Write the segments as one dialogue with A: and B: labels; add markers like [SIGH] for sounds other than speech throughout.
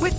A: With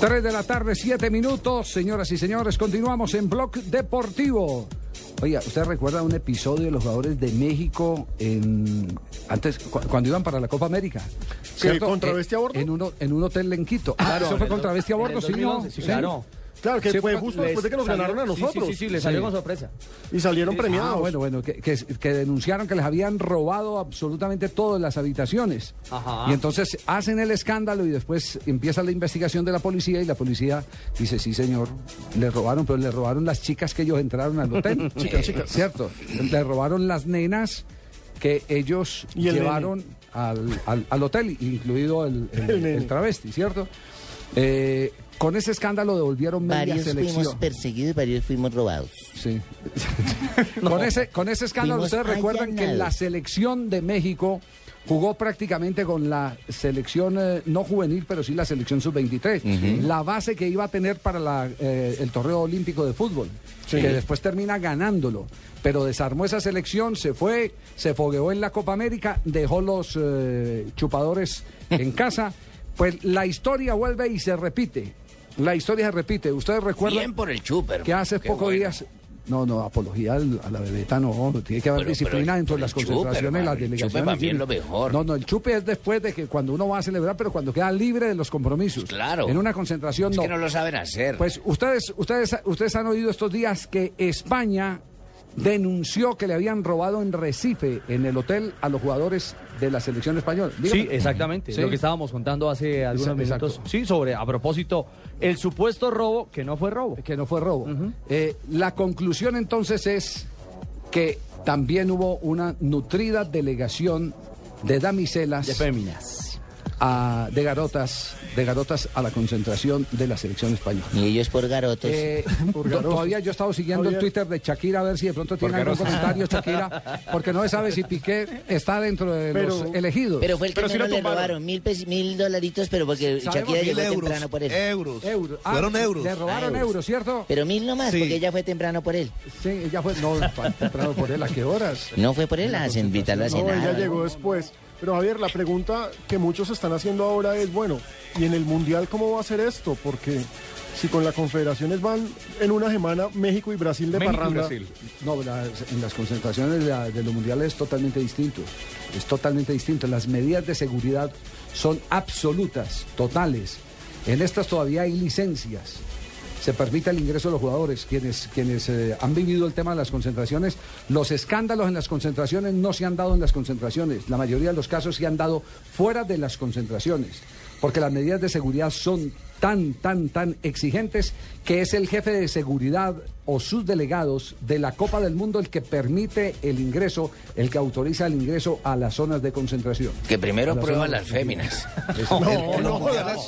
B: 3 de la tarde, 7 minutos. Señoras y señores, continuamos en Blog Deportivo. Oiga, ¿usted recuerda un episodio de los jugadores de México en, antes, cu- cuando iban para la Copa América? ¿Cierto?
C: contra
B: Eh,
C: Bestia Bordo.
B: En, uno, en un hotel en Quito. Ah, eso fue contra Bestia Bordo, sí, no.
D: sí,
B: Sí.
D: claro.
C: Claro, que
B: Sí,
C: fue
B: fue-
C: justo
D: Les
C: después de que nos
D: salió-
C: ganaron a
D: sí, sí,
C: nosotros.
D: Sí, sí, les salió
B: Sí.
D: con sorpresa.
C: Y salieron
B: Ah,
C: premiados.
B: bueno, bueno, que, que- que denunciaron que les habían robado absolutamente todas las habitaciones.
D: Ajá.
B: Y entonces hacen el escándalo y después empieza la investigación de la policía y la policía dice, sí señor, le robaron, pero le robaron las chicas que ellos entraron al hotel. chicas, chicas. Cierto, le robaron las nenas que ellos
C: Y el
B: llevaron al, al- al hotel, incluido el, el-
C: El nene.
B: el travesti, ¿cierto? Eh, con ese escándalo devolvieron media
E: Varios
B: selección.
E: fuimos perseguidos y varios fuimos robados.
B: Sí. con, ese, con ese escándalo,
E: Fuimos
B: ustedes recuerdan que
E: allanados.
B: la selección de México jugó prácticamente con la selección, eh, no juvenil, pero sí la selección sub-23. La base que iba a tener para la, eh, el torneo olímpico de fútbol, que después termina ganándolo. Pero desarmó esa selección, se fue, se fogueó en la Copa América, dejó los eh, chupadores en casa. Pues la historia vuelve y se repite. La historia se repite. Ustedes recuerdan
F: Bien por el chuper.
B: que hace
F: Qué
B: pocos
F: bueno.
B: días. No, no, apología al- a la bebeta no, tiene que haber
F: Pero-
B: disciplina
F: pero el-
B: dentro
F: pero
B: de las
F: el chupe,
B: concentraciones,
F: hermano,
B: las
F: el chupe
B: delegaciones.
F: para mí es
B: sí.
F: lo mejor.
B: No, no, el chupe es después de que cuando uno va a celebrar, pero cuando queda libre de los compromisos.
F: Pues Claro.
B: En una concentración
F: Es
B: no.
F: que no lo saben hacer.
B: Pues ustedes, ustedes, ustedes han oído estos días que España denunció que le habían robado en Recife, en el hotel, a los jugadores de la selección española. Dígame.
D: Sí, exactamente.
B: Sí.
D: Lo que estábamos contando hace algunos
B: Exacto.
D: minutos. Sí, sobre, a propósito, el supuesto robo que no fue robo.
B: que no fue robo. Eh, la conclusión entonces es que también hubo una nutrida delegación de damiselas,
D: De féminas.
B: a- de garotas, de garotas a la concentración de la selección española.
E: Y ellos por
G: Pues,
E: garotos.
B: Eh, to- todavía yo he estado siguiendo el Twitter de Shakira a ver si de pronto tiene algún comentario Shakira, porque no se sabe si Piqué está dentro de los elegidos.
E: pero fue el que
C: pero sí
E: menos
C: lo
E: le
C: tumbaron.
E: robaron, mil, pes- mil dolaritos, pero porque
B: Sabemos,
E: Shakira
B: mil
E: llegó temprano por él.
H: Euros.
B: Euro- ah,
H: Fueron euros.
B: Le robaron
E: Ah,
B: euros,
E: euros.
B: ¿cierto?
E: Pero mil nomás,
H: Sí.
E: porque ella fue temprano por él.
B: Sí, ella fue no, pa- temprano por él, ¿a qué horas?
E: No fue por él a invitarlo a
C: No,
E: cenar.
C: ella llegó después. Pero Javier, la pregunta que muchos están haciendo ahora es, bueno, ¿y en el Mundial cómo va a ser esto? Porque si con las confederaciones van en una semana México y Brasil de
H: México y
C: parranda.
H: Brasil.
B: No, las, las concentraciones de, la- de los mundiales es totalmente distinto. Es totalmente distinto. Las medidas de seguridad son absolutas, totales. En estas todavía hay licencias. Se permite el ingreso de los jugadores. Quienes, quienes eh, han vivido el tema de las concentraciones, los escándalos en las concentraciones no se han dado en las concentraciones. La mayoría de los casos se han dado fuera de las concentraciones. Porque las medidas de seguridad son tan, tan, tan exigentes que es el jefe de seguridad o sus delegados de la Copa del Mundo el que permite el ingreso, el que autoriza el ingreso a las zonas
H: [LAUGHS]
B: de concentración.
F: Que primero
B: Pero
F: prueban
B: no-
F: las féminas.
H: en, en los mundiales,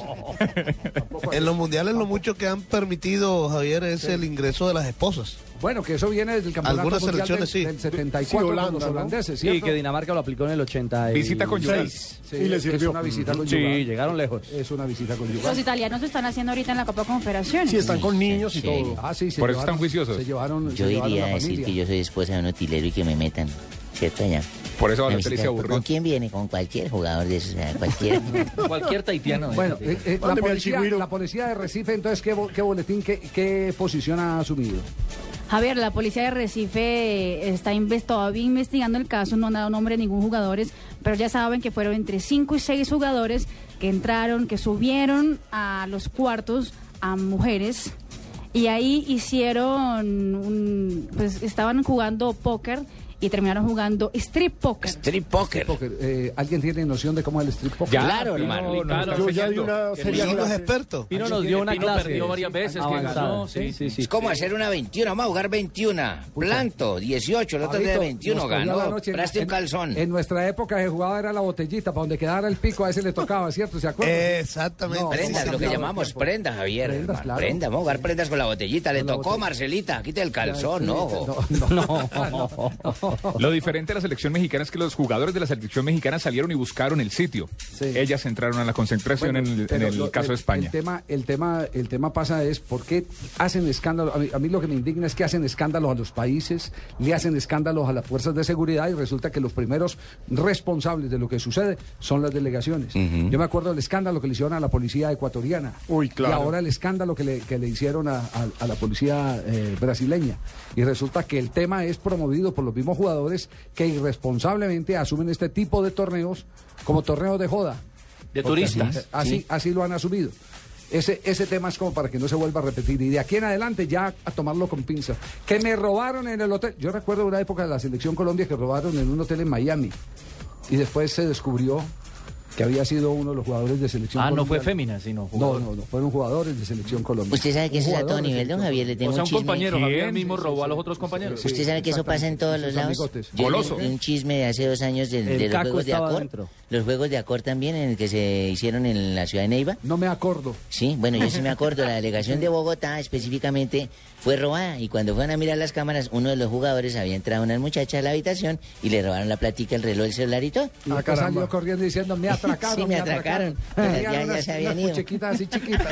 H: en los mundiales lo mucho que han permitido, Javier, es el ingreso de las esposas.
B: Bueno, que eso viene desde el campeonato
H: Algunas
B: mundial del,
H: selecciones, sí.
B: del 74
C: Sí, Holanda,
B: con los
C: ¿no?
B: holandeses,
D: Sí,
B: ¿cierto?
D: que Dinamarca lo aplicó en el 80. y-
H: Visita conyugal.
C: eh, Seis.
B: Sí,
C: y le
B: Es
C: sirvió.
B: una visita
D: Sí,
B: conyugal.
D: llegaron lejos.
B: Es una visita conyugal.
I: Los italianos están haciendo ahorita en la Copa Confederaciones.
C: Si
E: Mm.
C: están con niños y
E: Sí.
C: todo.
B: Ah, sí, se
H: Por eso
B: llevaron-
H: están juiciosos.
B: Se llevaron, se
E: Yo
B: llevaron
E: iría
B: la
E: a decir
B: familia.
E: que yo soy esposa de un utilero y que me metan. ¿Cierto? Allá.
H: Por eso
E: Me
H: Balotelli se
E: visitan. ¿Con
H: aburrió.
E: quién viene? Con cualquier jugador de esos, o sea, [LAUGHS] cualquiera.
D: Cualquier taitiano.
B: Bueno, eh, eh, la,
C: Mándeme al
B: policía,
C: chigüiro.
B: la policía de Recife, entonces, ¿qué, bo- qué boletín, qué, qué posición ha asumido?
I: Javier, la policía de Recife está inves- todavía investigando el caso, no han dado nombre a ningún jugador, pero ya saben que fueron entre 5 y 6 jugadores que entraron, que subieron a los cuartos a mujeres y ahí hicieron, un- pues estaban jugando póker y terminaron jugando strip poker.
B: Strip poker. Eh, ¿Alguien tiene noción de cómo es el strip poker?
F: Ya, Claro, Pino hermano.
C: nos Claro, está yo ya enseñando. di una Que serie Pino de es clases. experto.
D: Pino nos dio una
F: Pino
D: clase.
F: perdió varias veces, que
D: avanzada.
F: ganó, sí, sí, sí.
E: Es como hacer una 21, vamos a jugar 21. Planto, 18, el otro día
B: Pablito,
E: 21
B: nos cogió la
E: ganó.
B: noche en-
E: Praste un
B: en-
E: calzón.
B: En nuestra época se jugaba era la botellita, para donde quedara el pico, a ese le tocaba, ¿cierto? ¿Se acuerdan?
H: Exactamente.
B: No,
E: Prendas,
B: no,
E: Eh, lo que
B: no,
E: llamamos
B: no,
E: prendas, Javier.
B: Prendas,
E: hermano,
B: claro.
E: Prendas, vamos a jugar prendas con la botellita. Le
B: Con la
E: tocó
B: botella.
E: Marcelita, quita el calzón,
B: Sí,
E: no.
B: No, no, no.
G: Lo diferente de la selección mexicana es que los jugadores de la selección mexicana salieron y buscaron el sitio. Ellas entraron a la concentración
B: Bueno,
G: en el, en
B: pero
G: el
B: lo-
G: caso de España.
B: El tema, el, tema, el tema pasa es por qué hacen escándalo. A mí, a mí lo que me indigna es que hacen escándalos a los países, le hacen escándalos a las fuerzas de seguridad y resulta que los primeros responsables de lo que sucede son las delegaciones. Yo me acuerdo del escándalo que le hicieron a la policía ecuatoriana.
C: Uy, claro.
B: Y ahora el escándalo que le, que le hicieron a, a- a la policía eh, brasileña. Y resulta que el tema es promovido por los mismos jugadores que irresponsablemente asumen este tipo de torneos como torneos de joda.
F: De
B: Porque
F: turistas.
B: Eh, Así,
F: Sí.
B: así lo han asumido. Ese, ese tema es como para que no se vuelva a repetir. Y de aquí en adelante ya a tomarlo con pinzas. Que me robaron en el hotel. Yo recuerdo una época de la selección Colombia que robaron en un hotel en Miami. Y después se descubrió que había sido uno de los jugadores de selección
D: Ah, no
B: Colombia.
D: fue fémina, sino
B: No,
D: jugador.
B: no, no, fueron jugadores de selección Colombia.
E: Usted sabe que
B: Un
E: eso es a
B: jugador
E: todo
B: de
E: nivel, don
B: selección
E: Javier. Le tengo
F: O sea,
E: un
F: un
E: chisme.
F: compañero,
G: Sí,
F: Javier
G: sí,
F: mismo robó a los otros compañeros.
E: Usted sabe que eso pasa en todos los
B: Sus
E: lados.
B: amigotes.
E: Yo
G: Goloso.
E: leí un chisme de hace dos años de,
D: El
E: de los
D: Caco
E: juegos de
D: estaba
E: Acor.
D: dentro.
E: Los juegos de Acor también, en el que se hicieron en la ciudad de Neiva.
B: No me acuerdo.
E: Sí, bueno, yo sí me acuerdo, la delegación de Bogotá específicamente fue robada y cuando fueron a mirar las cámaras, uno de los jugadores había entrado una muchacha a la habitación y le robaron la platica, el reloj, el celular y todo.
B: Y
C: Ah,
B: después
C: caramba.
B: salió corriendo diciendo, me atracaron.
E: [LAUGHS] Sí, me atracaron.
B: Me
E: Ya- ya
B: unas-
E: se habían
B: unas
E: ido.
B: cuchiquitas así chiquitas.